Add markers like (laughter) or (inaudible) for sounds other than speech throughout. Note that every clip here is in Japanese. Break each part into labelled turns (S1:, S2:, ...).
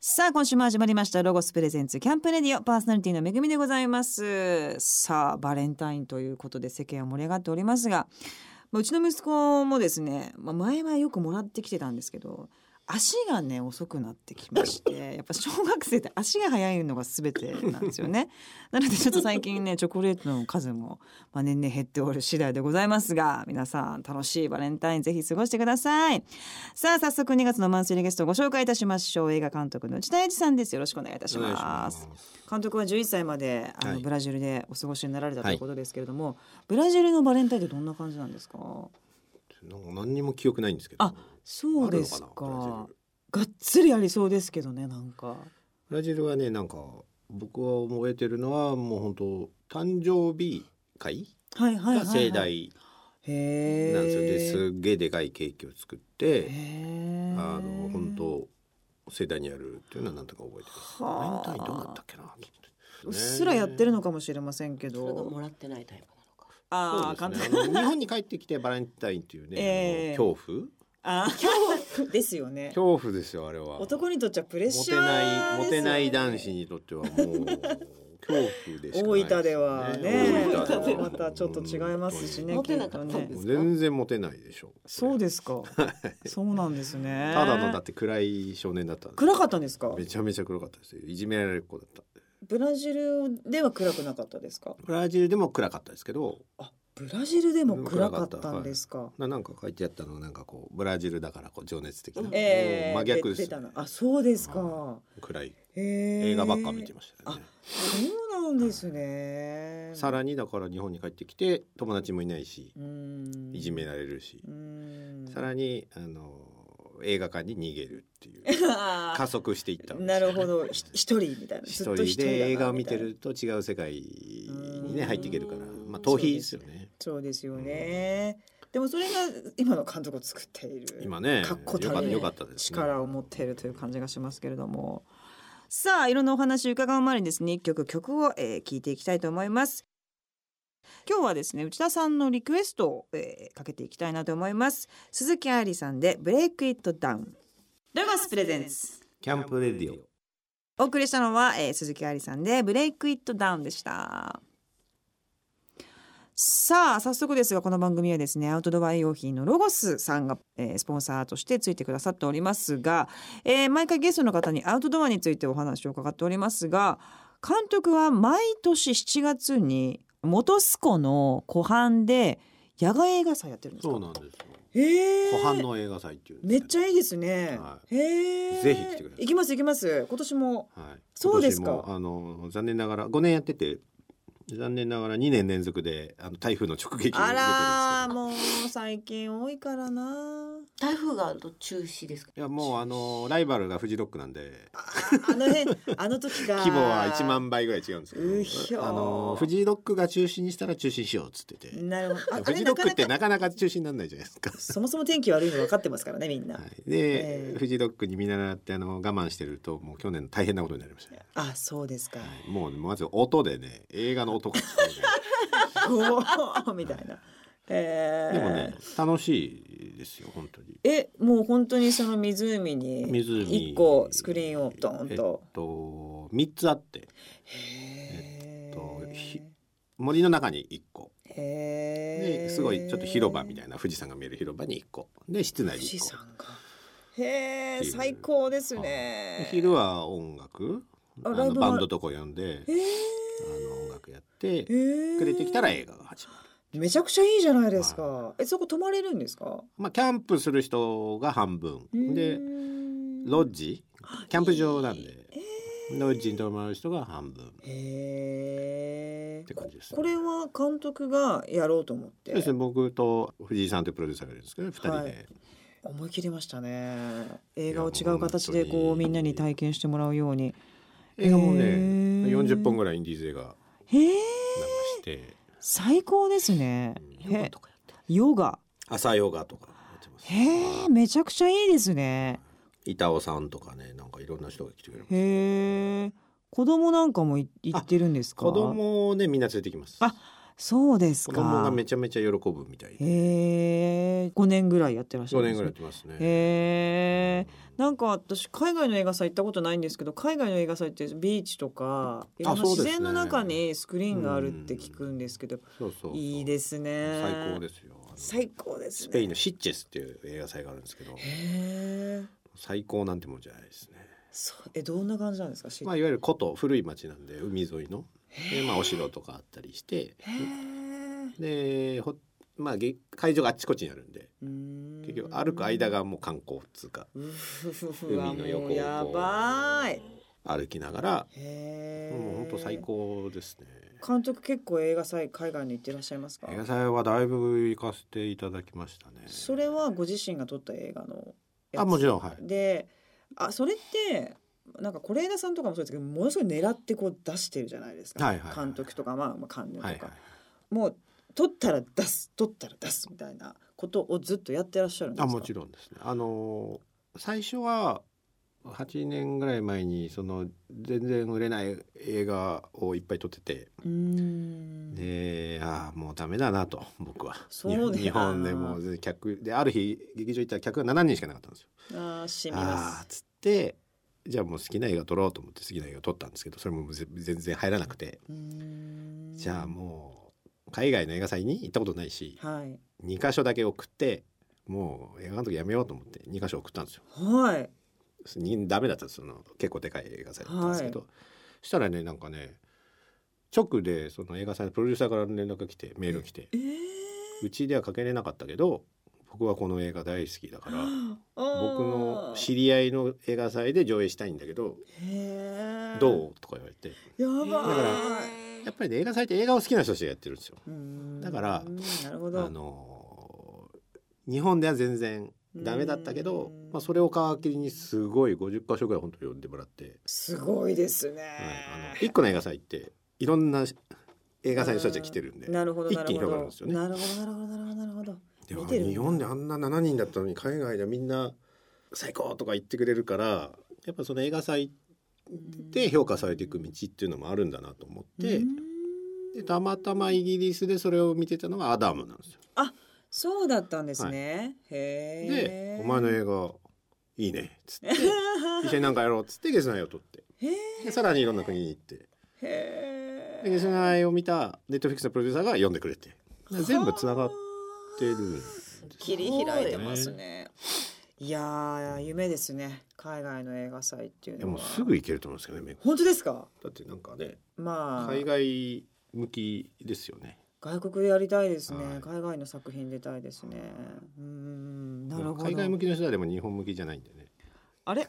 S1: さあ今週も始まりましたロゴスプレゼンツキャンプレディオパーソナリティのめぐみでございますさあバレンタインということで世間は盛り上がっておりますがまあうちの息子もですね、まあ、前はよくもらってきてたんですけど足がね遅くなってきましてやっぱ小学生って足が速いのが全てなんですよねなのでちょっと最近ねチョコレートの数も、まあ、年々減っておる次第でございますが皆さん楽しいバレンタインぜひ過ごしてくださいさあ早速2月のマンスリーゲストをご紹介いたしましょう映画監督の内田英二さんですよろしくお願いいたし
S2: お願いし
S1: ま
S2: ますす
S1: 監督は11歳まであの、
S2: はい
S1: ブラジルでお過ごしになられたと
S2: はい
S1: いうことですけれども、ブラジルのバレンタインってどんな感じなんですか
S2: なんか何にも記憶ないんですけど。
S1: あそうです
S2: あるのかなブラ
S1: か
S2: ジル
S1: がっつりありそうですけどねなんか
S2: ブラジルはね、なんか僕は覚えてるのはもう本当誕生日会
S1: はいはいはい、
S2: が
S1: はい、
S2: 盛大
S1: へー
S2: なんですよ。ですっげえでかいケーキを作っ
S1: へ
S2: て、
S1: ー
S2: あの本当盛大にやるっていうのはなんとか覚えてます。バレ
S1: は
S2: ン
S1: あ
S2: タインどうだったっけなと思って。
S1: うっすらやってる
S2: の。
S1: のかもしれませんけ
S3: それが
S1: ど
S3: もらってないタイプなのか。
S1: ああ
S2: そう
S1: 簡
S2: です
S1: 単
S2: ね。あの日本に帰ってきてバレンタインっていうね、
S1: (laughs) ええ
S2: あの恐怖
S1: あー (laughs) ですよね
S2: 恐怖ですよあれは。
S1: 男にとっちゃプレッ
S2: モ
S1: シ
S2: テ
S1: ャ
S2: な
S1: ー
S2: いモテない男子
S1: に
S2: にとってはもう恐
S1: 大分ではね
S2: 怖でしかないすよね大分では
S1: またちょっと違いますしね
S3: モテなかったん
S1: きとね
S3: です
S2: 全然モテないでしょ
S1: そう
S2: す
S1: ですか。そうなんですね。
S2: ただのだって暗い少年だったんです
S1: 暗かったんですか。
S2: めちゃめちゃ暗かったですよいじめられる子だった
S1: ブラジルでは暗くなかったですか。
S2: ブラジルでも暗かったですけど
S1: あ、ブラジルでも暗かったんですか。
S2: ななんか書いてあったのはなんかこうブラジルだからこう情熱的な、
S1: ええ
S2: もう真逆で
S1: 出
S2: す
S1: たな。あ、そうですか
S2: は。暗い
S1: 映
S2: 映画ばっか見てましたよね、
S1: そうなんですね。
S2: さらにだから日本に帰ってきて友達もいないし
S1: うん。
S2: いじめ
S1: な。
S2: られるし
S1: う、ん。
S2: さらにあの映画館に逃げるっていう
S1: (laughs)
S2: 加
S1: あ
S2: 速していったん
S1: ー。
S2: です
S1: な
S2: よ
S1: るほど。ひ一人みたいな。ずっ
S2: 一
S1: と
S2: 人で映画を見て
S1: だなみたいな
S2: ると違う世界に
S1: う
S2: ね
S1: ん
S2: 入っていけるからまあ
S1: そう
S2: 逃
S1: ですね
S2: 避ですよね
S1: そうですよね。でもそれが今の監督を作っている。
S2: 今ね
S1: 確固
S2: よ
S1: た
S2: か
S1: る
S2: よかったですね
S1: 力を持っているという感じがしますけれどもさあいろんなお話伺う前にですね一曲曲を、えー聞いていきたいと思います今日はですね内田さんのリクエストを、えーかけていきたいなと思います鈴木愛理さんでブレイクイットダウンロゴスプレゼンス
S2: キャンプレディオ
S1: お送りしたのは、えー鈴木愛理さんでブレイクイットダウンでしたさあ早速ですがこの番組はですねアウトドア用品のロゴスさんが、えースポンサーとしてついてくださっておりますが、えー毎回ゲストの方にアウトドアについてお話を伺っておりますが監督は毎年7月に本栖湖の湖畔で野外映画祭やってるんですか
S2: そうなんですよ
S1: へー
S2: 湖畔の映画祭っていう
S1: めっちゃいい
S2: い
S1: ですね、
S2: は
S1: へえ
S2: ぜひ来てください
S1: 行きます行きます今年も
S2: はい
S1: そうですか
S2: 今年もあの残念ながら5年やってて残念ながら2年連続であの台風の直撃を受けてるんですけど
S1: あらーもう最近多いからな
S3: 台風がど中止ですか。
S2: いやもうあのライバルがフジロックなんで
S1: ああの
S2: (laughs)
S1: 辺あの時が
S2: 規模は1万倍ぐらい違うんですけ
S1: うひょ
S2: どあのフジロックが中止にしたら中止にしようっつってて
S1: なるほどああ
S2: フ
S1: れ
S2: ジ
S1: な
S2: ロッ
S1: か
S2: クっ
S1: な
S2: て
S1: か
S2: なかなか中止にならないじゃないですか。
S1: そもそも天気悪いの分かってますからねみんな、
S2: はい、
S1: え
S2: で、
S1: え
S2: フジロックに見習ってあの我慢してるともう去年大変なことになりました
S1: (laughs)
S2: ね、
S1: あそうですか
S2: はい、もうまず音でね映画の音が聞こ
S1: ごーみたいなえ
S2: え
S1: ー
S2: ないで
S1: (laughs)
S2: もね楽しいですよ本当に
S1: えもう本当にその湖に
S2: 湖
S1: 一個スクリーンをドーンと、
S2: えっと3つあって
S1: へ
S2: っとひ森の中に1個
S1: え
S2: ですごいちょっと広場みた
S1: ない
S2: な富士山が見える広場に1個で室内に
S1: 富士
S2: 1個
S1: 山がへ
S2: っ
S1: え
S2: ていう
S1: 最高です
S2: で
S1: ね
S2: 昼は音楽
S1: あ
S2: あ
S1: ライ
S2: の
S1: ブもあ
S2: バンドとこ呼ん
S1: へ
S2: で
S1: え
S2: あの音楽やって
S1: く
S2: くれてきたら映画が始まる。
S1: めちゃくちゃいいじゃないですか、
S2: は
S1: えそこ泊まれるんですか
S2: まあ、キャンプする人が半分で
S1: ロ
S2: ロッジキャンプ場なん
S1: いい
S2: でロッジに泊まる人が半分っ
S1: へえ
S2: て感じです、ね、
S1: これは監督がやろうと思っ
S2: そ
S1: て
S2: うですね僕と藤井さんというプロデューサーがいるんですけど2人で、
S1: はい思い切りましたね映画を違
S2: いや
S1: う形で
S2: 本
S1: こう
S2: 当に
S1: みんなに体験してもらうように
S2: 映画も
S1: へ
S2: ね
S1: ー
S2: 40本ぐらいインディーズ映画
S1: へえ
S2: 流して
S1: 最高ですね
S2: う
S1: へ
S3: とかやって。
S1: ヨガ
S2: 朝ヨガとかやってます
S1: へえめちゃくちゃいいですね
S2: 板尾さんとかねなんかいろんな人が来てくれる
S1: へえ子供なんかもい行ってるんですか
S2: 子供をねみんな連れてきます
S1: あそうです
S2: 子
S1: か
S2: 供がめちゃめちゃ喜ぶみたいで
S1: へえ、五年ぐらいやってらっしゃ
S2: 5
S1: るんです
S2: 年ぐらいやっ
S1: ね。
S2: てますね
S1: へえ、なんか私海外の映画祭行ったことないんですけど海外の映画祭ってビーチとかいろんな
S2: そう
S1: 自
S2: ですね
S1: 然の中にスクリーンがあるって聞くんですけど
S2: そうそうそう
S1: いいですね
S2: 最高ですよあの
S1: 最高ですね
S2: スペインのシッチェスっていう映画祭があるんですけど
S1: へえ
S2: 最高なんてもんじゃないですね、
S1: そうえどんな感じなんですかシー
S2: まあ、いわゆる古都古い町なんで海沿いので、まあ、お城とかあったりして
S1: へえ
S2: でほ、まあ、げ会場があっちこっちにあるんで
S1: 結
S2: 結局歩く間がもう観光っつうか
S1: うふふふは
S2: 海
S1: も
S2: の横を
S1: うやばい
S2: 歩きながら
S1: へえ
S2: もう本当最高ですね
S1: 監督結構映画祭海外に行ってらっしゃいますか
S2: 映画祭はだいぶ行かせていただきましたね
S1: それはご自身が撮った映画のやつ
S2: あもちろんはい
S1: であそれってなんか是枝さんとかもそうですけどものすごい狙ってこう出してるじゃないですか、
S2: はいはいはい
S1: 監督とか、まあ、まあ監督とか、
S2: はいはい
S1: もう撮ったら出す撮ったら出すみたいなことをずっとやってらっしゃるんです
S2: あ
S1: か
S2: もちろんですね。あのー最初は8年ぐらい前にその全然売れない映画をいっぱい撮ってて、
S1: ろんうーん
S2: でああもうダメだなと僕は
S1: そうね
S2: 日本でもう全然客である日劇場行ったら客が7人しかなかったんですよ。
S1: あーしみま
S2: ああ
S1: す
S2: ーつってじゃあもう好きな映画撮ろうと思って好きな映画撮ったんですけどそれも全全然入らなくて
S1: うーん
S2: じゃあもう海外の映画祭に行ったことないし
S1: はい
S2: 2箇所だけ送ってもう映画監督やめようと思って2箇所送ったんですよ。
S1: はい
S2: にダメだったんですその結構でかい映画祭だったんですけど、そしたらねなんかね直でその映画祭のプロデューサーから連絡が来てメールが来て
S1: えー、
S2: 「うちではかけれなかったけど僕はこの映画大好きだから僕の知
S1: り
S2: り合いの映画祭で上映したいんだけどどう?」とか言われて
S1: やばい
S3: だ
S2: からやっぱりね映画祭って映画を好きな人たちがやってるんですよ。
S1: うーん
S2: だから
S1: なるほど
S2: あのー日本では全然ダメだったけど、まあ、それを皮切りにすごい50箇所ぐらい本当に呼んでもらって。
S1: すごいですね、
S2: はい、あの一個の映画祭っていろんな映画祭の人たちが来てるんで
S1: なるほどな
S2: 一
S1: る
S2: 気に
S1: ほ
S2: 広がるん
S1: ど
S2: ですよね。
S1: なるほどなるほどなるほどなるほど
S2: で
S1: 見てるんだ
S2: 日本であんな7人だったのに海外ではみんな「最高!」とか言ってくれるからやっぱその映画祭で評価されていく道っていうのもあるんだなと思って、
S1: うん
S2: でたまたまイギリスでそれを見てたのがアダムなんですよ。
S1: そうだったんですね、へ
S2: で
S1: え
S2: 「お前の映画いいね」っつ
S1: (laughs)
S2: って「一緒に何かやろう」っつって「ゲスナイ」を撮って
S1: へ
S2: でさらにいろんな国に行って
S1: え
S2: でゲスナイを見たネットフィックスのプロデューサーが呼んでくれてで全部つながってるんです
S1: 切り開いてますねいやー夢ですね海外の映画祭っていう
S2: いや
S1: のは
S2: もうすぐ行けると思うんですけどね。め
S1: 本当ですか
S2: だってなんかね、
S1: まあ
S2: 海外向きですよね。
S1: 外国でやりたいですね、
S2: はい
S1: 海外の作品出たいですねうーんなるほど
S2: 海外向きの人はでも日本向きじゃないんでね。
S1: あれ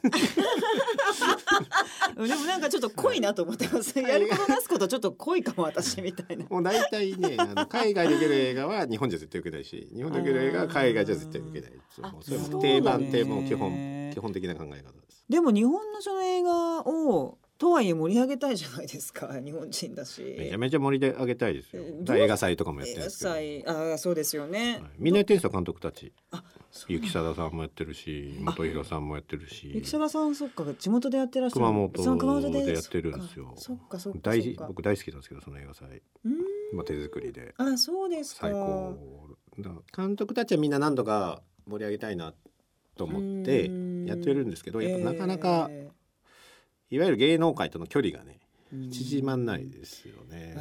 S1: (laughs) でもなんかちょっと濃いなと思って
S2: (laughs)
S1: ますやることなすことちょっと濃いかも私みたいな
S2: もう大体ね、あの海外で受ける映画は日本じゃ絶対受けないし、日本で受ける映画は海外じゃ絶対受けない。
S3: あー
S2: もうそれ
S1: あ
S2: も
S1: そううだ
S2: 定
S1: ね
S2: 番定番基本基本的な考え方です。
S1: でも日本のその映画をとはいえ盛り上げたいじゃないですか日本人だし
S2: めちゃめちゃ盛り上げたいですよ
S1: えー。
S2: だから映画祭とかもやって
S1: 映
S2: るん
S1: 画
S2: ですけど。はい
S1: 祭ああそうですよね、
S2: みんなやってるんですよ監督たち
S1: あそう
S2: 雪貞さんもやってるし元宏さんもやってる
S1: ゆ
S2: し
S1: きそばさんそっか地元でやってらっしゃる
S2: 熊本
S1: そう熊本
S2: でやってるんですよ
S1: そっかそっかそっかそっ
S2: 大
S1: か
S2: 僕大好きなんですけどその映画祭
S1: うーん
S2: まあ手作りで
S1: あそうですか
S2: 最高だ監督たちはみんな何度か盛り上げたいなと思ってやってるんですけどやっぱなかなか、
S1: え
S2: いわゆる芸能界との距離がね
S1: えうん
S2: 縮まんないですよね。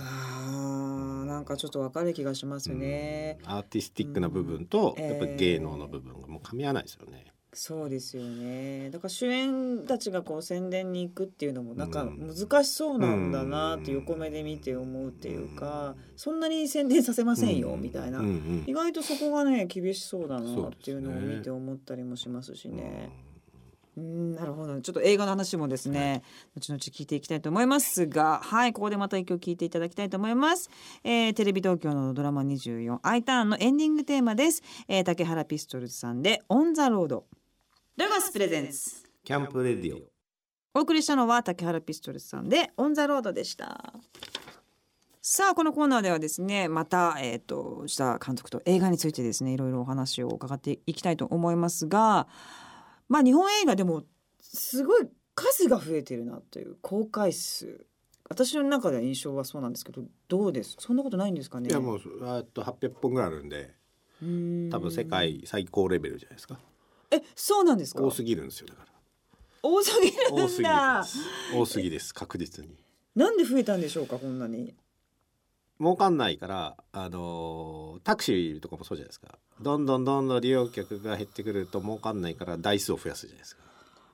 S1: あーなんかちょっとわかる気がしますね、
S2: うんアーティスティックな部分と
S1: うん
S2: やっぱり芸能の部分がもう噛み合わないですよね。
S1: そうですよねだから主演たちがこう宣伝に行くっていうのもなんか
S2: うん
S1: 難しそうなんだなって横目で見て思うっていうか、そんなに宣伝させませんよ、みたいな、
S2: うんうん
S1: 意外とそこがね厳しそうだ
S2: そ
S1: なっ
S2: うですね
S1: ていうのを見て思ったりもしますしね。うんなるほどちょっと映画の話もですね、後々聞いていきたいと思いますがはいここでまた一曲聞いていただきたいと思います、えーテレビ東京のドラマ24「アイターン」のエンディングテーマです、えー竹原ピストルズさんで「オン・ザ・ロード」ロゴスプレゼンス
S2: キャンプレディオ
S1: お送りしたのは竹原ピストルズさんでオンザロードでした。さあこのコーナーではですねまたえっ、と吉田監督と映画についてですねいろいろお話を伺っていきたいと思いますが、まあ日本映画でもすごい数が増えてるなという公開数。私の中では印象はそうなんですけどどうですそんなことないんですかね
S2: いやもうえっと800本ぐらいあるんで
S1: うーん
S2: 多分世界最高レベルじゃないですか。
S1: えそうなんですか
S2: 多すぎるんですよだから。
S1: 多すぎ
S2: 多
S1: る
S2: す
S1: ん
S2: ぎ
S1: だ
S2: で。す多すぎです確実に
S1: なんで増えたんでしょうかこんなに。
S2: 儲かんないからあのータクシーとかもそうじゃないですかどんどんどんどん利用客が減ってくると儲かんないから台数を増やすじゃないですか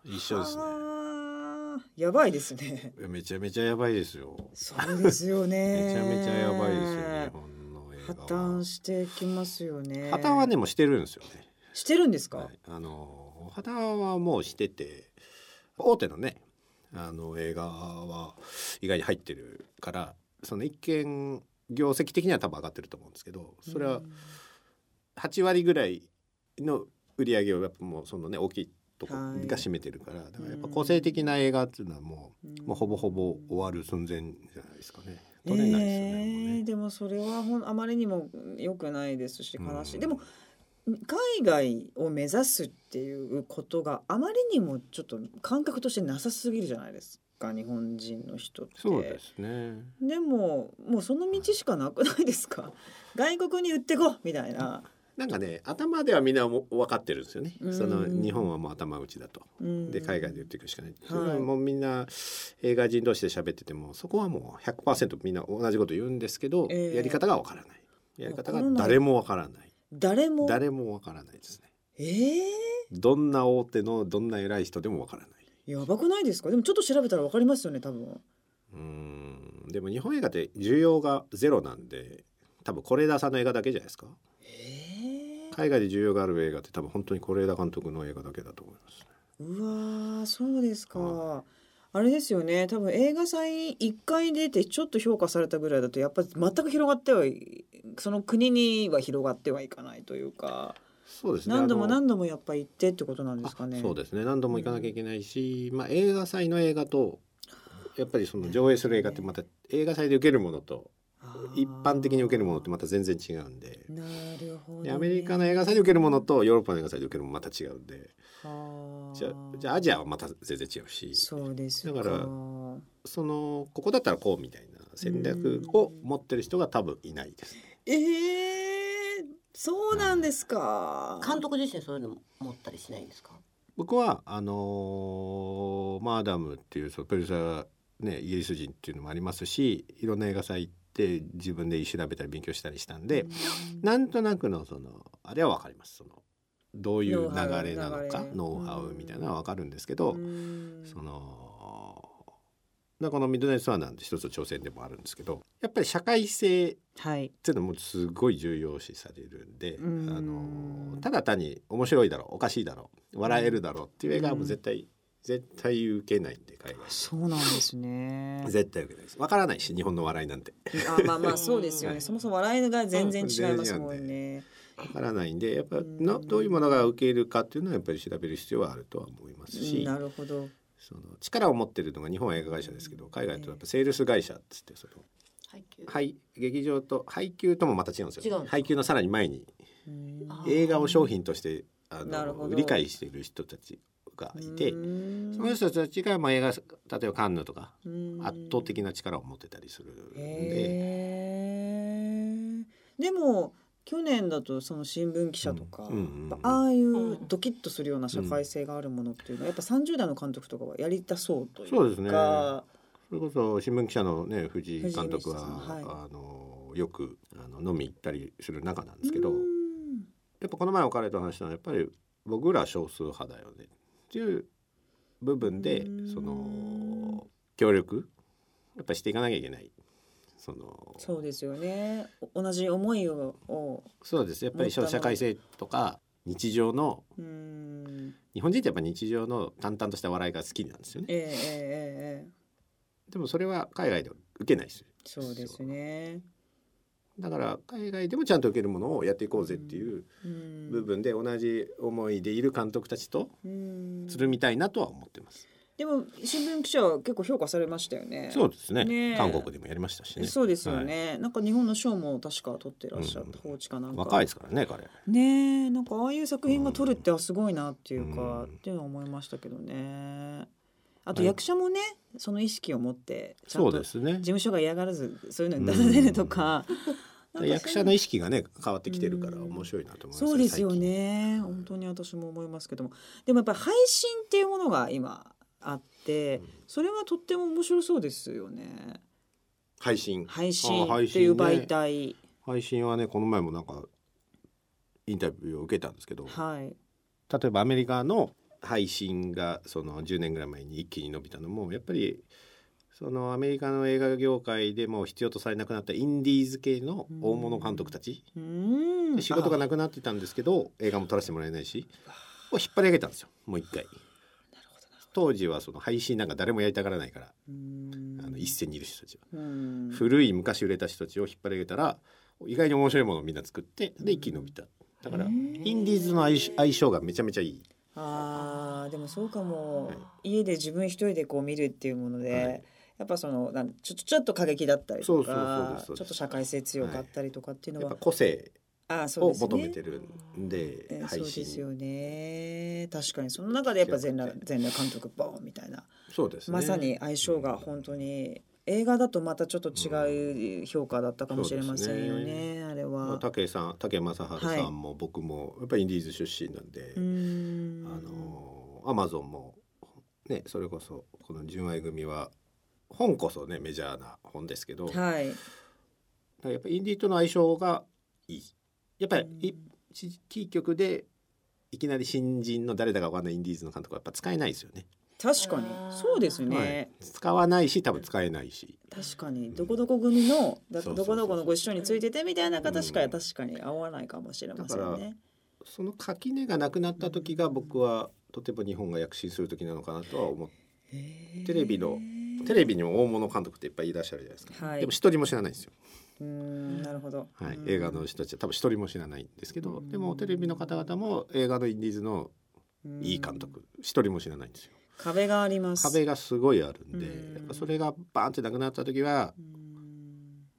S2: 一緒ですね
S1: あーやばいですね。
S2: いやめちゃめちゃやばいですよ
S1: そうですよね。
S2: (laughs) めちゃめちゃやばいですよね日本の映
S1: 破
S2: 画は
S1: 綻してきますよね。
S2: 破綻はねもうしてるんですよね
S1: してるんですか。
S2: はい、あの破綻はもうしてて大手のねあの映画は意外に入ってるからその一見業績的には多分上がってると思うんですけどそれ
S1: う
S2: は
S1: ん
S2: 8割ぐらいの売り上げをやっぱもうそのね大きいとこ
S1: はい
S2: が占めてるから、だからやっぱ
S1: うん
S2: 個性的な映画っていうのはもう,、
S1: うん
S2: もうほぼほぼ終わる寸前じゃないですかね。取れないですよね。も
S1: え
S2: う
S1: え
S2: ね
S1: でもそれはほんあまりにも良くないですし悲しい、
S2: うん
S1: でも海外を目指すっていうことがあまりにもちょっと感覚としてなさすぎるじゃないですか日本人の人って
S2: そうですね。
S1: でももうその道しかなくないです
S2: (laughs)
S1: か外国に売ってこみたいな、
S2: なんかね頭ではみんなも分かってるんですよね。
S1: うん
S2: その日本はもう頭打ちだと。
S1: うん
S2: で海外で言っていくしかない、そ
S1: はい
S2: れはもうみんな映画人同士で喋っててもそこはもう100%みんな同じこと言うんですけど、
S1: ええ
S2: やり方がわからないやり方が
S1: わからない
S2: 誰もわからない
S1: 誰も
S2: 誰もわからないですね
S1: ええ
S2: どんな大手のどんな偉い人でもわからない
S1: やばくないですかでもちょっと調べたらわかりますよね多分
S2: うーんでも日本映画って需要がゼロなんで多分是枝さんの映画だけじゃないですか
S1: ええ
S2: 海外で需要がある映画って多分本当に是枝監督の映画だけだと思いますね
S1: うわーそうですか、
S2: は
S1: あれですよね多分映画祭1回出てちょっと評価されたぐらいだとやっぱり全く広がってはいその国には広がってはいかないというか
S2: そうですね
S1: 何度も
S2: あの
S1: 何度もやっぱ行ってってことなんですかね。
S2: あそうですね何度も行かなきゃいけないし、まあ、映画祭の映画とやっぱりその上映する映画ってまた映画祭で受けるものと
S1: あー
S2: 一般的に受けるものってまた全然違うんで
S1: なるほど、
S2: で
S1: ね。
S2: アメリカの映画祭で受けるものとヨーロッパの映画祭で受けるものまた違うんで
S1: はー
S2: じゃあじゃあアジアはまた全然違うし
S1: そうですか
S2: だからそのここだったらこうみたいな戦略を持ってる人が多分いないです、ね、
S1: えー、そうなんですか。
S3: 監督自身そういうの持ったりしないんですか。
S2: 僕はあのーマーダムっていうそのプロデューサーね、イギリス人っていうのもありますしいろんな映画祭行って自分で調べたり勉強したりしたんで、
S1: うん
S2: なんとなくのそのあれは分かりますそのどういう流れなのか
S1: ノ
S2: ノ
S1: ウ
S2: ウ
S1: ハ
S2: ハ
S1: ウ
S2: ウみたいなのは分かるんですけど、
S1: うん
S2: そのだからこのミッドナイトツアーなんて一つの挑戦でもあるんですけどやっぱり社会性っ
S1: はい。
S2: ていうのもすごい重要視されるんで、
S1: うん
S2: あのただ単に面白いだろうおかしいだろう笑えるだろうっていう映画はもう絶対、絶対受けないんで海外
S1: そうなんですね。
S2: 絶対受けないです分からないし日本の笑いなんて
S1: あまあまあそうですよ
S2: う
S1: ね。
S2: ん
S1: そもそも笑いが全然違いますもんね。
S2: わからないんでやっぱ
S1: うん
S2: のどういうものが受け入れるかっていうのはやっぱり調べる必要はあるとは思います
S1: うん
S2: し
S1: なるほど。
S2: その力を持ってるのが日本は映画会社ですけど海外とやっぱセールス会社っつってその
S3: 配給
S2: 配劇場と配給ともまた違うんです
S3: 違う
S2: よ、
S3: んですか
S2: 配給のさらに前に
S1: うん
S3: あ
S2: 映画を商品としてあ
S1: なるほ
S2: の
S1: ど
S2: 理解している人たちがいて
S1: うん
S2: その人たちがまあ映画例えばカンヌとか
S1: うん
S2: 圧倒的な力を持ってたりするんで
S1: へえ。でも去年だとその新聞記者とか
S2: うんうんうんうん
S1: ああいうドキッとするような社会性があるものっていうのはやっぱ30代の監督とかはやりたそうというか。
S2: そうですねそれこそ新聞記者のね藤井
S1: 藤井
S2: 監督は、
S1: 道人さんはい
S2: あのよくあの飲み行ったりする仲なんですけど、
S1: うん
S2: やっぱこの前お彼と話したのはやっぱり僕ら少数派だよねっていう部分で
S1: うん
S2: その協力やっぱしていかなきゃいけないその
S1: そうですよね。お同じ思いを。を
S2: そうですやっぱりその社会性とか日常の
S1: うん
S2: 日本人ってやっぱ日常の淡々とした笑いが好きなんですよ
S1: え
S2: ね
S1: えええええええ
S2: でもそれは海外では受けないです
S1: そうですね。
S2: だから海外でもちゃんと受けるものをやっていこうぜっていう
S1: うん
S2: 部分で同じ思いでいる監督たちと
S1: うん
S2: つるみたいなとは思ってます。
S1: でも新聞記者は結構評価されましたよね。
S2: そうですね。
S1: ねえ
S2: 韓国でもやりましたしね。
S1: そうですよね、なんか日本の賞も確か取ってらっしゃっ
S2: うん
S1: たコーチかな
S2: は
S1: ん
S2: い。
S1: か。
S2: 若いですからね彼。
S1: ねえなんかああいう作品が取るってはすごいなっていうか、
S2: うん
S1: っていうのは思いましたけどね。あと
S2: はい
S1: 役者もね、その意識を持ってちゃん
S2: そう
S1: と
S2: ですね
S1: 事。務所が嫌がらずそういうのに出させるとか。 (laughs) なんかそういう
S2: 役者の意識がね変わってきてるから
S1: うん
S2: 面白いなと思います。
S1: そうですよ
S2: 最近。
S1: ね本当に私も思いますけどもでもやっぱり配信っていうものが今あって、
S2: うん
S1: それはとっても面白そうですよね
S2: 配信
S1: 配
S2: あ
S1: 信
S2: ー配
S1: って
S2: 信
S1: い
S2: ね
S1: う媒体、
S2: 配信はねこの前もなんかインタビューを受けたんですけど、
S1: はい
S2: 例えばアメリカの配信がその10年ぐらい前に一気に伸びたのもやっぱりそのアメリカの映画業界でもう必要とされなくなったインディーズ系の大物監督たち、
S1: うーん
S2: 仕事が
S1: あ
S2: なくなってたんですけど映画も撮らせてもらえないしを引っ張り上げたんですよもう一回
S1: なるほどなる
S2: 当時はその配信なんか誰もやりたがらないから、
S1: うーん
S2: あの一斉にいる人たちは、
S1: うん
S2: 古い昔売れた人たちを引っ張り上げたら意外に面白いものをみんな作ってで一気に伸びただから
S1: へ
S2: イ
S1: ー
S2: ンディーズの相性相性がめちゃめちゃいい
S1: あーでもそうかも、
S2: はい
S1: 家で自分一人でこう見るっていうもので、
S2: はい
S1: やっぱそのなんちょっとちょっと過激だったりと
S2: そうそうそうで
S1: か
S2: すそう
S1: ち
S2: です
S1: ょっと社会性強かったりとかっていう
S2: や
S1: の
S2: っ
S1: は
S2: ぱ、個性
S1: ああそう
S2: を
S1: ですね
S2: 求めてるんで
S1: えーそう
S2: 配信
S1: ですよね確かにその中でやっぱ全裸全裸監督ボーンみたいな、
S2: そうですね
S1: まさに相性が本当に映画だとまたちょっと違う評価だったかもしれませんよ
S2: そう
S1: ね,、
S2: で
S1: あれ
S2: まあ
S1: は。
S2: 武井さん武井正治さんも僕もやっぱりインディーズ出身なんで、
S1: うーん
S2: あのアマゾンもねそれこそこの純愛組は本こそねメジャーな本ですけど、だか
S1: はい、
S2: らやっぱインディーとの相性がいいやっぱりい地キー局でいきなり新人の誰だかわかんないインディーズの監督はやっぱ使えないですよね、
S1: 確かにそうですね、
S2: はい使わないし多分使えないし
S1: 確かにどこどこ組のだ
S2: そうそうそう
S1: どこどこのご一緒についててみたいな形しか
S2: うん
S1: 確かに合わないかもしれません
S2: だか
S1: ね。
S2: その垣根がなくなった時が僕はとても日本が躍進する時なのかなとは思ってテレビのテレビにも大物監督っていっぱいいらっしゃるじゃないですか、
S1: はい
S2: でも一人も知らないんですよ、
S1: うーんなるほど。
S2: はい
S1: うん
S2: 映画の人たちは多分一人も知らないんですけど、
S1: うん
S2: でもテレビの方々も映画のインディーズのいい監督一人も知らないんですよ
S1: 壁があります。
S2: 壁がすごいあるんで、
S1: うん
S2: やっぱそれがバーンってなくなった時は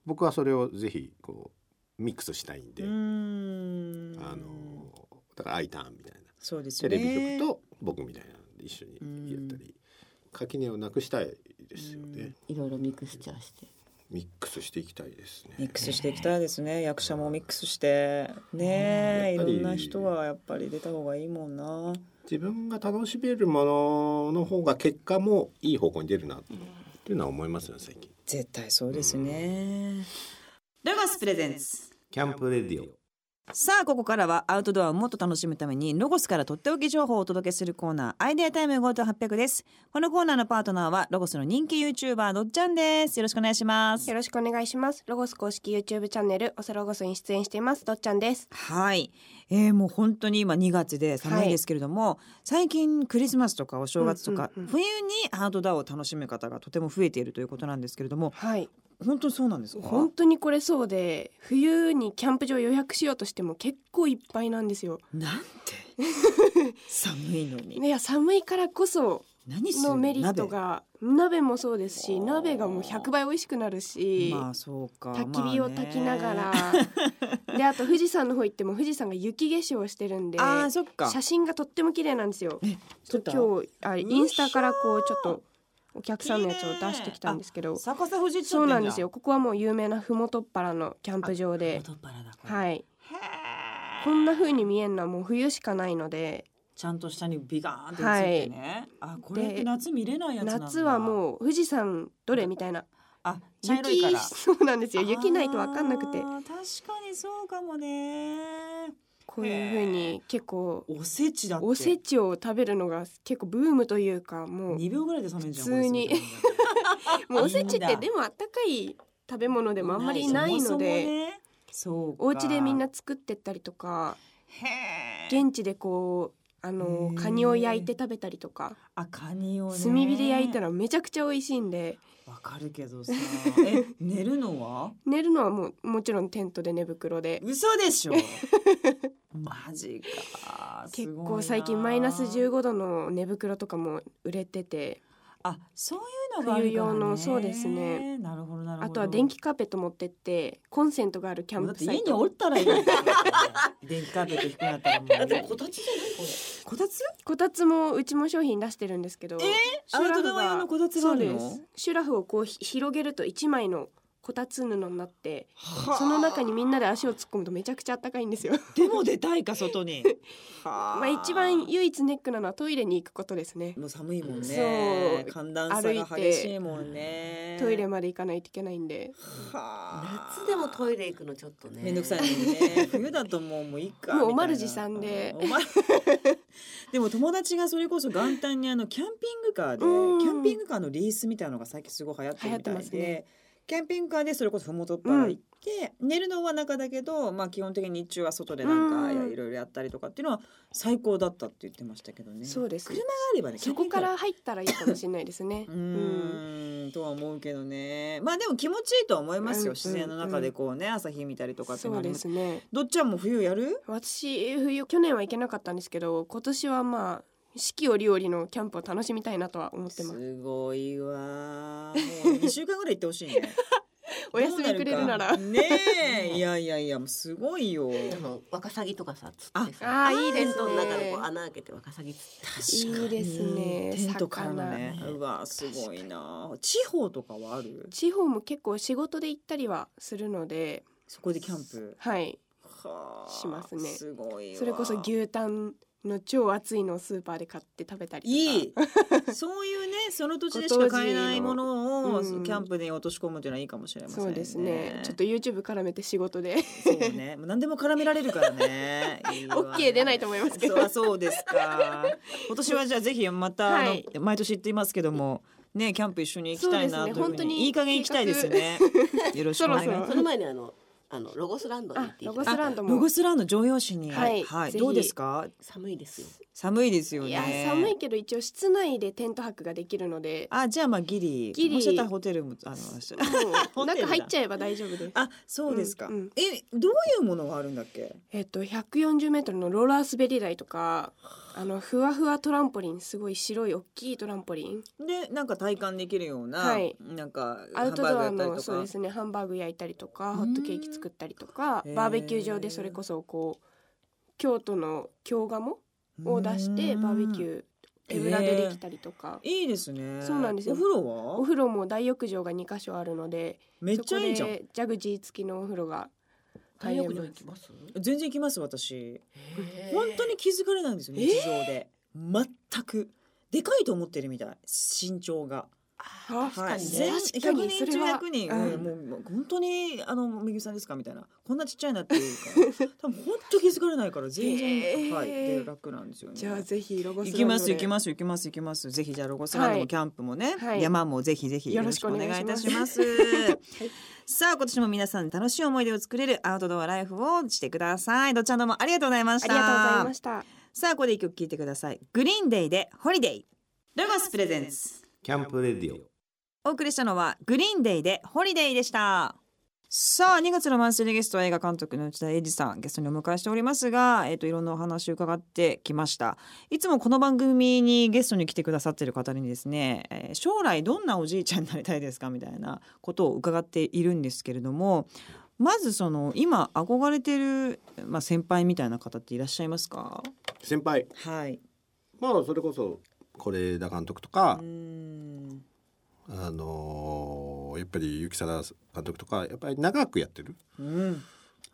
S2: 僕はそれをぜひこうミックスしたいんで、
S1: うーん
S2: あのだから「アイターン」みたいな
S1: そうです
S2: テ
S1: よね
S2: レビ局と僕みたいなので一緒にやったり、垣根をなくしたいですよね、
S3: いろいろミクスチャーして。
S2: ミックスしていきたいですね
S1: ミックスしていきたいですね役者もミックスしてねえい
S2: やっ
S1: ろ
S2: ぱり
S1: んな人はやっぱり出た方がいいもんな。
S2: 自分が楽しめるものの方が結果もいい方向に出るなっていうのは思いますよね最近
S1: 絶対そうですね。ロゴスプレゼンツ
S2: キャンプレディオ
S1: さあここからはアウトドアをもっと楽しむためにロゴスからとっておき情報をお届けするコーナーアイデアタイム5800ですこのコーナーのパートナーはロゴスの人気 YouTuber どっちゃんですよろしくお願いします
S4: よろしくお願いします。ロゴス公式 YouTube チャンネル、おさロゴスに出演しています。どっちゃんです。
S1: はい、えー、もう本当に今2月で寒いですけれども、最近クリスマスとかお正月とか、
S4: うんうんうん
S1: 冬にアウトドアを楽しむ方がとても増えているということなんですけれども
S4: はい。
S1: 本当にそうなんですか
S4: 本当にこれそうで、冬にキャンプ場予約しようとしても結構いっぱいなんですよ。
S1: なんて (laughs) 寒いのに
S4: いや、寒いからこそ
S1: 何する
S4: のメリット
S1: 鍋
S4: が、鍋もそうですし、
S1: あー
S4: 鍋がもう100倍美味しくなるし、
S1: まあそうか
S4: 焚き火を
S1: まあね
S4: 焚きながら、 (laughs) で、あと富士山の方行っても富士山が雪化粧をしてるんで、
S1: あーそっか
S4: 写真がとっても綺麗なんですよ。
S1: え
S4: ちょっと今日あインスタからこうちょっとお客さんのやつを出してきたんですけど
S1: 逆さ富士
S4: そうなんですよここはもう有名なふもとっぱらのキャンプ場で
S1: 元っ腹だこれ
S4: はい
S1: へー
S4: こんな風に見えるのはもう冬しかないので
S1: ちゃんと下にビガーンって映ってね、あこれって夏見れないやつなんだ
S4: 夏は
S1: う
S4: もう富士山どれみたいな
S1: あ茶色いから
S4: 雪 (laughs) そうなんですよ雪ないと分かんな
S1: あ
S4: くて
S1: ー確かにそうかもね
S4: こういう風に結構
S1: おせちだって
S4: おせちを食べるのが結構ブームというかもう
S1: 2秒ぐらいで冷めるじゃん
S4: 普通に
S1: これすぐ
S4: もうおせちっ
S1: いい
S4: て
S1: んだ
S4: でもあったかい食べ物でもあんまりない
S1: そもそ
S4: の
S1: も
S4: で
S1: ねそうか
S4: お家でみんな作ってったりとか
S1: へー
S4: 現地でこうあの
S1: へー
S4: カニを焼いて食べたりとか
S1: あカニをね
S4: 炭火で焼いたらめちゃくちゃ美味しいんで
S1: わかるけ
S4: (laughs)
S1: どさえ寝るのは
S4: 寝るのはもうもちろんテントで寝袋で
S1: 嘘で
S4: (laughs)
S1: しょマジかす
S4: 結
S1: ごいな
S4: 構最近マイナス15度の寝袋とかも売れてて
S1: あそういうのがあるから、ね、
S4: 冬用のそうですね
S1: なるほどなるほど
S4: あとは電気カーペット持ってってコンセントがあるキャンプサイ
S1: だって家にお
S4: ト
S1: ったらいいのに電気カーペット低くなった
S4: (laughs)
S1: らもう
S3: たつじゃないこれ。
S1: こたつ
S4: こたつもうちも商品出してるんですけど
S1: えアウトドア用のこたつがあるの
S4: そうですシュラフをこうひ広げると1枚のこたつ布になってその中にみんなで足を突っ込むとめちゃくちゃ暖かいんですよ
S1: でも出たいか外
S4: (laughs)
S1: にはあ
S4: まあ一番唯一ネックなのはトイレに行くことですね
S1: もう寒いもんね
S4: そう
S1: 寒暖差が
S4: 歩いて
S1: 激しいもんね
S4: トイレまで行かないといけないんで
S1: はあ
S3: 夏でもトイレ行くのちょっとね
S1: めんどくさいもんね冬だともうもういいかみたいな
S4: もうおまるじさんで
S1: おま (laughs) でも友達がそれこそ元旦にあのキャンピングカーでキ
S4: うん
S1: ャンピングカーのリースみたいなのが最近すごい流行ってるみた
S4: 流行
S1: い
S4: ってます
S1: で、
S4: ね
S1: キャンピングカーでそれこそふもとっぱら行って、寝るのは中だけど、まあ、基本的に日中は外でなんか
S4: うん
S1: いろいろやったりとかっていうのは最高だったって言ってましたけどね。
S4: そうです
S1: 車があればね
S4: そこか
S1: キャン
S4: ら入ったらいいかもしれないですね
S1: (laughs) ピングカーうーんとは思うけどねまあでも気持ちいいとは思いますよ、
S4: うん
S1: 自然の中でこうね朝日見たりとかって
S4: そ
S1: な
S4: う
S1: り
S4: で
S1: ます
S4: すね
S1: どっちはもう冬やる
S4: 私冬去年は行けなかったんですけど今年はまあ四季折々のキャンプを楽しみたいなとは思ってます
S1: すごいわー。
S4: (laughs)
S1: もう二週間ぐらい行ってほしいね。
S4: お休みくれ
S1: ど
S4: るなら
S1: うなるかねえ、いやいやいや、もうすごいよ。
S3: で
S1: 確
S3: もワカサギとかさつって
S4: あ
S3: さ
S4: あーいい
S3: テ
S4: で
S3: ン
S4: す
S3: トの中で
S4: ね
S3: こう穴開けてワカサギ釣って
S1: かに
S4: いいですね
S1: テントからのね。
S3: 魚
S1: うわ、すごいな。地方とかはある。
S4: 地方も結構仕事で行ったりはするので
S1: そこでキャンプ。
S4: はい
S1: はあ
S4: しますね
S1: すごいわ。
S4: それこそ。牛タンの超熱いのをスーパーで買って食べたりとか
S1: いいそういうねその土地でしか買えないものを
S4: ご当地のうん
S1: キャンプに落とし込むというのはいいかもしれませんね。
S4: そうですねちょっと YouTube 絡めて仕事で
S1: そうね、もう何でも絡められるからね。
S4: (laughs)
S1: いいわね
S4: OK 出ないと思いますけど
S1: そうそうです
S4: (laughs)
S1: か。今年はじゃあぜひまた、あの
S4: はい
S1: 毎年言っていますけども、ねキャンプ一緒に行きたいなというふう
S4: そう
S1: に
S4: ですね本当に
S1: いい加減行きたいですよね。よろしくお願いし
S4: そろ
S1: ま
S4: そ
S1: す。
S4: ろ
S3: その前にあのあのロゴスランドに行っ
S4: あ
S3: てい
S4: ロ
S3: た
S4: ゴスランド
S1: ロ
S4: も
S1: ゴスランド常用紙に、
S4: はいぜひ
S1: どうですか？
S3: 寒いですよ
S1: 寒いですよね。
S4: いや寒いけど一応室内でテント泊ができるので
S1: あじゃあまあギリ
S4: ギリ
S1: もしかしたらホテルもあの
S4: (laughs)
S1: し
S4: もう
S1: ホテル
S4: 中
S1: だ
S4: 入っちゃえば大丈夫です
S1: あそうですか、
S4: うんうん
S1: えどういうものがあるんだっけ？
S4: えっと140メートルのローラー滑り台とかあのふわふわトランポリンすごい白い大きいトランポリン
S1: でなんか体感できるような、
S4: はい
S1: なんか
S4: アウトド
S1: ハ
S4: ア
S1: ンバーグやった
S4: の
S1: りと
S4: そう
S1: か
S4: ですねハンバーグ焼いたりと
S1: う
S4: か
S1: ん
S4: ホットケーキ作ったりとか
S1: へー
S4: バーベキュー場でそれこそこう京都の京鴨を出してバーベキ
S1: ー
S4: ュー手ぶらでできたりとか、
S1: いいですね
S4: そうなんですよ
S1: お風呂
S4: お
S1: は
S4: 風呂も大浴場が2か所あるので
S1: めっちゃいいじゃん
S4: そこでジャグジー付きのお風呂が
S3: 大
S4: 入れ
S3: 浴
S4: ます
S3: 場行きます
S1: 全然行きます私
S3: へー
S1: 本当に気づかれないんですよ
S4: え
S1: 日
S4: ー
S1: 常で、全くでかいと思ってるみたい身長が
S4: あ
S3: 確かにね
S1: 全
S4: 確かに
S1: 100人
S4: それ
S1: 中
S4: は
S1: 100人、
S4: うん
S1: うんもうもう本当にあのめぐみさんですかみたいなこんなちっちゃいなっていう
S4: (laughs)
S1: か多分本当気づかれないから全然、
S4: へー
S1: はいで楽なんですよね
S4: じゃあぜひロゴス
S1: 行きます行き
S4: す
S1: ます行きます行きますぜひじゃあロゴスランド
S4: は
S1: も
S4: い
S1: キャンプもね、
S4: はい
S1: 山もぜひぜひよ
S4: よ
S1: ろ
S4: ろ
S1: し
S4: し
S1: く
S4: く
S1: お
S4: お
S1: 願
S4: 願
S1: い
S4: い
S1: い
S4: い
S1: た
S4: た
S1: し
S4: し
S1: ま
S4: ます (laughs)
S1: さあ今年も皆さん楽しい思い出を作れるアウトドアライフをしてくださいどっちらどうもありがとうございまし
S4: あり
S1: た
S4: がとうございました
S1: さあここで一曲聴いてくださいグリーンデイでホリデイロゴスプレゼンス
S2: キャンプレディオ
S1: お送りしたのはグリーンデイでホリデイでしたさあ2月のマンスリーゲストは映画監督の内田英二さんゲストにお迎えしておりますが、えっといろんなお話を伺ってきましたいつもこの番組にゲストに来てくださっている方にですね、えー将来どんなおじいちゃんになりたいですかみたいなことを伺っているんですけれどもまずその今憧れてる、まあ、先輩みたいな方っていらっしゃいますか
S2: 先輩
S1: はい
S2: まあそれこそ是枝監督とか
S1: うー、ん
S2: あのーやっぱり結城貞監督とかやっぱり長くやってる
S1: うん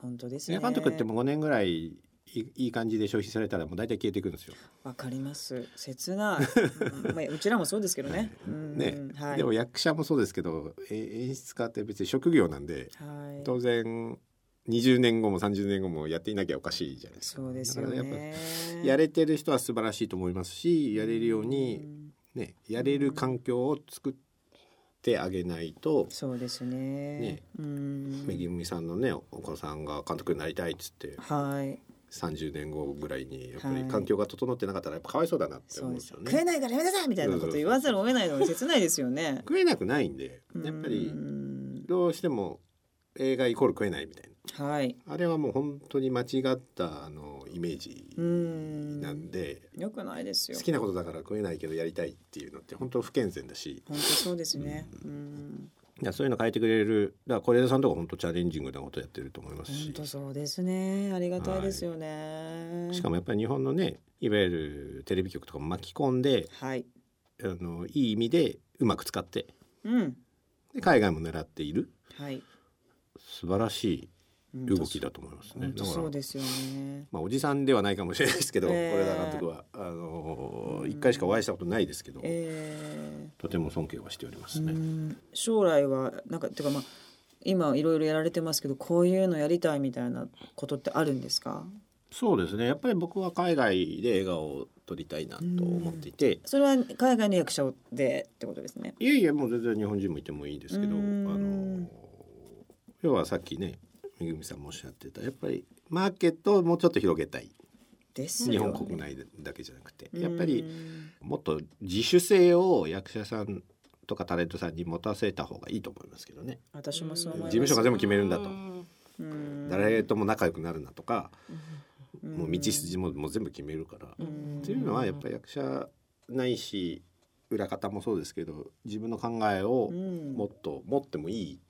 S1: 本当です
S2: 映
S1: ね
S2: 画監督ってもう5年ぐらいいいいい感じで消費されたらもう大体消えていくんですよ。
S1: わかります。切
S2: (laughs)
S1: ない。うんまあ、うちらもそうですけどね。うん
S2: ね
S1: うんはい。
S2: でも役者もそうですけどえ演出家って別に職業なんで
S1: はい。
S2: 当然20年後も30年後もやっていなきゃおかしいじゃないですか。
S1: そうですよ
S2: だからやっ
S1: ね。
S2: ぱやれてる人は素晴らしいと思いますしやれるよう
S1: う
S2: に、
S1: ん
S2: ね、やれる環境を作ってあげないと
S1: そうですね。
S2: ね
S1: うん
S2: めぐみさんのねお子さんが監督になりたいっつって
S1: はい。
S2: 30年後ぐらいにやっぱ
S1: は
S2: り
S1: い
S2: 環境が整ってなかったらやっぱかわいそうだなって
S1: そ
S2: 思う
S1: うんで
S2: です
S1: す
S2: よ
S1: よ。
S2: ね。
S1: 食えないからやめなさいみたいなこと言わざるを得ないのが切ないですよね。
S2: 食えなくないんでやっぱり
S1: うん
S2: どうしても映画イコール食えないみたい
S1: はい。
S2: なあれはもう本当に間違ったあのイメージ
S1: うん
S2: なんで
S1: よくないですよ
S2: 好。きなことだから食えないけどやりたいっていうのって本当不健全だし
S1: 本当そうですね。うん。
S2: いやそういうの変えてくれるだから是枝さんとか本当チャレンジングなことやってると思います
S1: 本
S2: し
S1: 当そうですね。ありがたいですよね。
S2: しかもやっぱり日本のねいわゆるテレビ局とかも巻き込んで
S1: はい。
S2: あのいい意味でうまく使って
S1: うん。
S2: で海外も狙っている
S1: はい。
S2: 素晴らし
S1: うん
S2: い動きだと思いますね。
S1: 本当
S2: だ
S1: そ
S2: か
S1: う
S2: ら
S1: ですよね。
S2: まあ、おじさんではないかもしれないですけど、
S1: え
S2: 是
S1: ー
S2: 枝監督はあのー
S1: うん
S2: 一回しかお会いしたことないですけど、
S1: え
S2: とても尊敬はしておりま
S1: ー
S2: すね。
S1: うん将来はなんかてかまあ今いろいろやられてますけどこういうのやりたいみたいなことってあるんですか？
S2: そうですねやっぱり僕は海外で映画を撮りたいなと思っていて、
S1: それは海外の役者でってことですね。
S2: いやいやもう全然日本人もいてもいいですけど
S1: う
S2: あ
S1: ん
S2: の要はさっきねめぐみさんもおっしゃってたやっぱりマーケットをもうちょっと広げたい
S1: です
S2: 日
S1: よね
S2: 本国内だけじゃなくてやっぱりもっと自主性を役者さんとかタレントさんに持たせた方がいいと思いますけどね
S1: 私もそう思います
S2: 事務所が全部決めるんだと
S1: うん
S2: 誰とも仲良くなるなとか
S1: うん
S2: もう道筋ももう全部決めるからっ
S1: ん
S2: ていうのはやっぱり役者ないし裏方もそうですけど自分の考えを
S1: うん
S2: もっと持ってもいい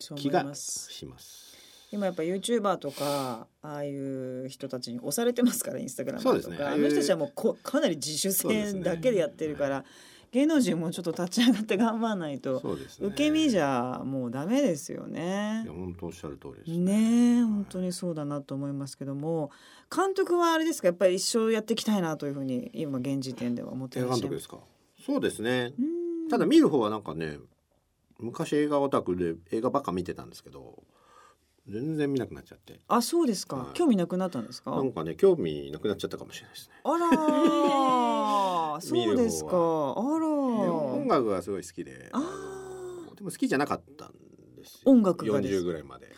S1: そう思
S2: 気
S1: い
S2: が
S1: ます
S2: します。
S1: 今やっぱ YouTuber とかああいう人たちに押されてますからインスタグラム
S2: そう
S1: と
S2: ですね
S1: か
S2: あ
S1: あ
S2: あいう
S1: の人たちはもうこかなり自主
S2: そうです
S1: 性
S2: ね
S1: だけでやってるから、芸能人もちょっと立ち上がって頑張らないと、
S2: そうですね
S1: 受け身じゃもうダメですよね
S2: いや。本当おっしゃる通りです
S1: ねえ
S2: はい
S1: 本当にそうだなと思いますけども監督はあれですかやっぱり一生やっていきたいなというふうに今現時点では思って
S2: 映
S1: ら
S2: 画
S1: っ
S2: 監
S1: しゃい
S2: 督
S1: ま
S2: ですすかそうですね
S1: うん
S2: ただ見る方はなんかね昔映画オタクで映画ばっか見てたんですけど全然見なくなっちゃって
S1: あそうですか、
S2: はい
S1: 興味なくなったんですか
S2: なんかね興味なくなっちゃったかもしれないですね
S1: あらーそうですか
S2: (laughs) 見
S1: あら
S2: るで音
S1: ー
S2: 楽がすごい好きで
S1: あー
S2: あのでも好きじゃなかったんですよ
S1: 音楽がです
S2: 40ぐらいまで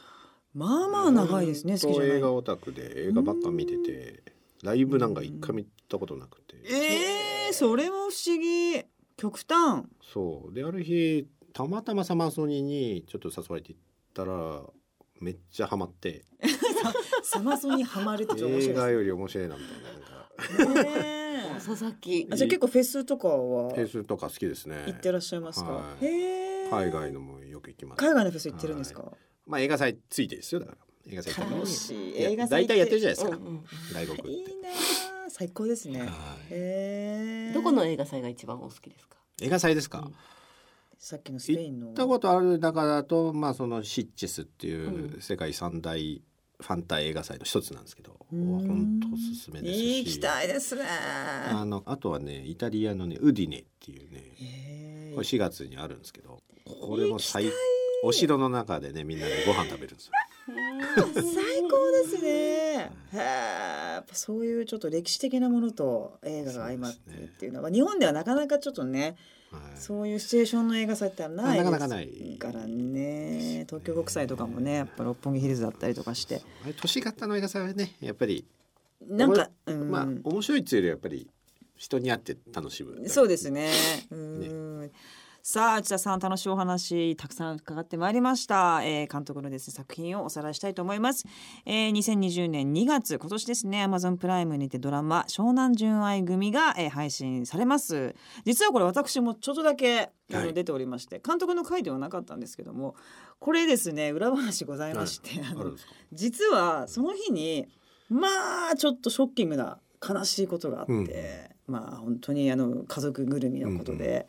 S1: まあまあ長いですね好きじゃ
S2: ずっと
S1: な
S2: 映
S1: い
S2: 画オタクで映画ばっか見ててライブなんか一回見たことなくて
S1: えー、それも不思議極端
S2: そうである日たまたまサマソニにちょっと誘われて行ったらめっちゃハマって
S1: サマソニハマるってちょっと面
S2: 映
S1: 白
S2: 画
S1: い
S2: より面白いなみたいななん
S1: で
S2: か
S1: すね
S3: あ
S1: ね
S3: 佐々木
S1: えあじゃあ結構フェスとかは
S2: フェスとか好きですね
S1: 行ってらっしゃいますか、
S2: はい
S1: へえ
S2: 海外のもよく行きます
S1: 海外のフェス行ってるんですか、
S2: まあ映画祭ついてですよだから映画祭とか
S1: 楽しい
S2: や
S1: 映画祭
S2: 大体やってるじゃないですか、
S3: うんうん
S2: 外国
S1: い
S2: って
S1: いなあ最高ですね
S2: は
S1: へ
S2: い
S1: え
S3: どこの映画祭が一番お好きですか
S2: 映画祭ですか、
S3: うん
S2: 行
S1: さっきのスペインの
S2: ったことある中だとまあそのシッチェスっていうう世界三大ファンタ映画祭の一つなんですけど、
S1: うん
S2: 本当おすすめですし
S1: 行きたいですね
S2: あのあとはねイタリアのねウディネっていうね
S1: へえ
S2: これ4月にあるんですけどこれも最お城の中でねみんなでご飯食べるんです
S1: (laughs)
S2: よ。
S1: 最高ですねへえやっぱそういうちょっと歴史的なものと映画が相まってっていうのは日本ではなかなかちょっとね
S2: はい
S1: そういうシチュエーションの映画祭ってない
S2: なかなかない
S1: ですからね東京国際とかもねやっぱ六本木ヒルズだったりとかして
S2: あれ都市型の映画祭はねやっぱり、
S1: なんか、うん
S2: まあ面白いっていうよりやっぱり人に会って楽しむ
S1: そうです (laughs) ね。うんさあ内田さん楽しいお話たくさん伺ってまいりました、えー監督のですね作品をおさらいしたいと思います、えー、2020年2月今年ですね Amazon プライムにてドラマ湘南純愛組が、えー配信されます実はこれ私もちょっとだけあの
S2: はい
S1: 出ておりまして、監督の回ではなかったんですけどもこれですね裏話ございまして、あ
S2: あ
S1: の
S2: るんですか
S1: 実はその日にまあちょっとショッキングな悲しいことがあって、まあ本当にあの家族ぐるみのことで、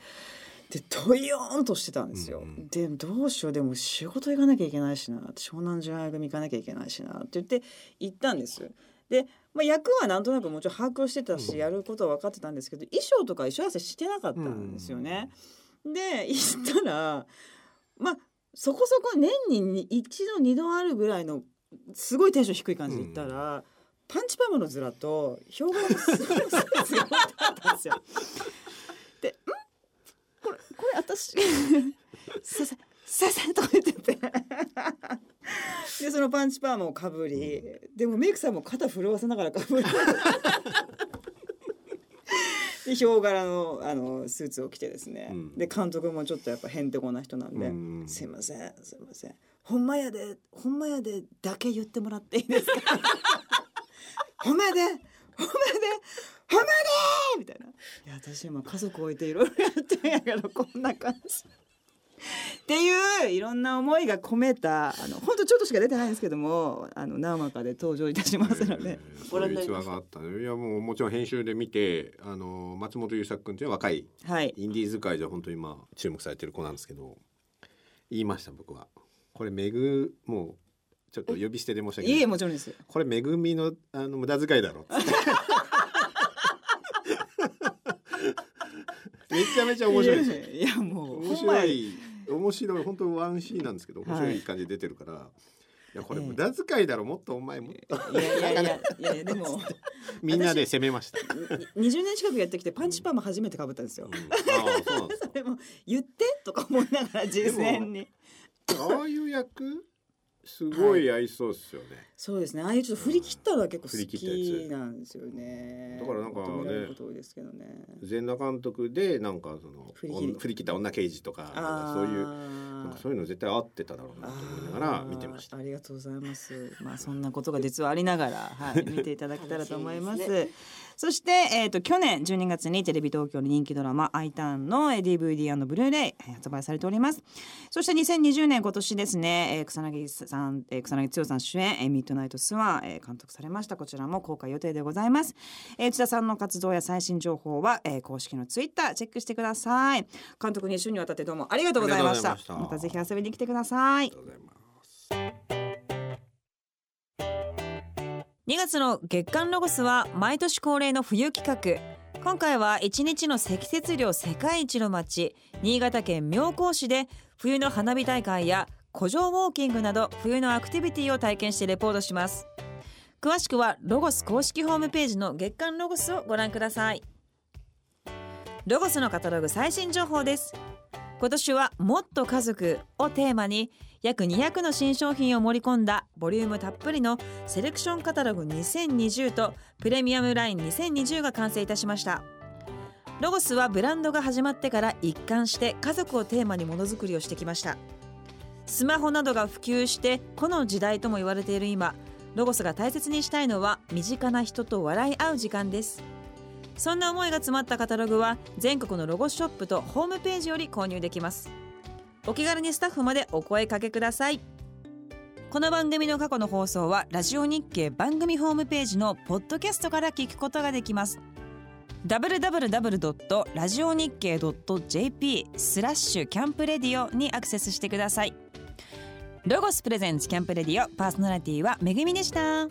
S1: でドヨーンとしてたんですよ。
S2: うんうん
S1: でどうしようでも仕事行かなきゃいけないしなって湘南純愛組行かなきゃいけないしなって言って行ったんです。で、まあ、役はなんとなくもちろん把握してたし、
S2: うん
S1: やることは分かってたんですけど衣装とか衣装合わせしてなかったんですよね。で行ったらまあそこそこ年にに一度二度あるぐらいのすごいテンション低い感じで行ったら、パンチパーマのズラと標語のすごいズラだったんですよ。で「んこれこれ私すいませんすいません」とか言ってて。でそのパンチパーマをかぶり、でもメイクさんも肩震わせながらかぶりでヒョウ柄のあのスーツを着てですね、
S2: うん
S1: で監督もちょっとやっぱへんてこな人なんで、
S2: うん
S1: すいませんすいませんほんまやでほんまやでだけ言ってもらっていいですか (laughs) ほんまやでほんまやでほんまやでみたいないや私今家族置いていろいろやってんやけどこんな感じっていういろんな思いが込めたあの本当ちょっとしか出てないんですけどもあの何話かで登場いたしますので、
S2: えーそういう逸話があったねいやもうもちろん編集で見てあの松本優作君っていう若い
S1: はい
S2: インディーズ界では本当にまあ注目されてる子なんですけど言いました僕はこれめぐもうちょっと呼び捨てで申し訳ない
S1: いえもちろんです
S2: これめぐみのあの無駄遣
S1: (laughs)
S2: いだろっつってめちゃめちゃ面白いですよ
S1: いやもう
S2: 面白い面白い本当ワンシーンなんですけど面白い感じで出てるから、い、やこれ無駄遣いだろもっとお前もっと
S1: ほんまやいやいやいやいやでも
S2: みんなで攻めました、うん
S1: 20年近くやってきてパンチパーマ初めてかぶったんですよ
S2: ああそうなんですか
S1: でも言ってとか思いながら実践に
S2: ああいう役すごい合いそうですよね、
S1: そうですねああいうちょっと振り切ったのは結構
S2: 振り
S1: 好
S2: 切ったや
S1: き
S2: つ
S1: なんですよね
S2: だからなんかね
S1: 求められること多いですけどね
S2: 全裸監督でなんかその
S1: 振り切る
S2: 女振り切った女刑事とかなんか
S1: あ
S2: そういうなん
S1: ー
S2: かそういうの絶対合ってただろうなと思いながら見てました
S1: あーありがとうございます。まあそんなことが実はありながら、
S2: (laughs)
S1: はい、見ていただけたらと思いま
S3: 楽
S1: す。
S3: しみです
S1: そしてえっ、と去年12月にテレビ東京の人気ドラマアイターンのえー DVD& ブルーレイえー発売されております。そして2020年今年ですね、えー草薙さん、えー草薙剛さん主演えーミッドナイトスワン、えー監督されましたこちらも公開予定でございます。えー内田さんの活動や最新情報は、えー公式のツイッターチェックしてください。監督2週にわたってどうもありがとうございました。
S2: あ
S1: ま
S2: りがとう
S1: ま
S2: ござい
S1: た
S2: ました
S1: ぜひ遊びに来てください
S2: あり。がとうございます
S1: 2月の月間ロゴスは毎年恒例の冬企画今回は1日の積雪量世界一の町新潟県妙高市で冬の花火大会や古城ウォーキングなど冬のアクティビティを体験してレポートします詳しくはロゴス公式ホームページの月間ロゴスをご覧くださいロゴスのカタログ最新情報です今年はもっと家族をテーマに約200の新商品を盛り込んだボリュームたっぷりのセレクションカタログ2020とプレミアムライン2020が完成いたしましたロゴスはブランドが始まってから一貫して家族をテーマにものづくりをしてきましたスマホなどが普及してこの時代とも言われている今ロゴスが大切にしたいのは身近な人と笑い合う時間ですそんな思いが詰まったカタログは全国のロゴスショップとホームページより購入できますお気軽にスタッフまでお声かけくださいこの番組の過去の放送はラジオ日経番組ホームページのポッドキャストから聞くことができます www.radionickei.jp スラッシュキャンプレディオにアクセスしてくださいロゴスプレゼンツキャンプレディオパーソナリティはめぐみでした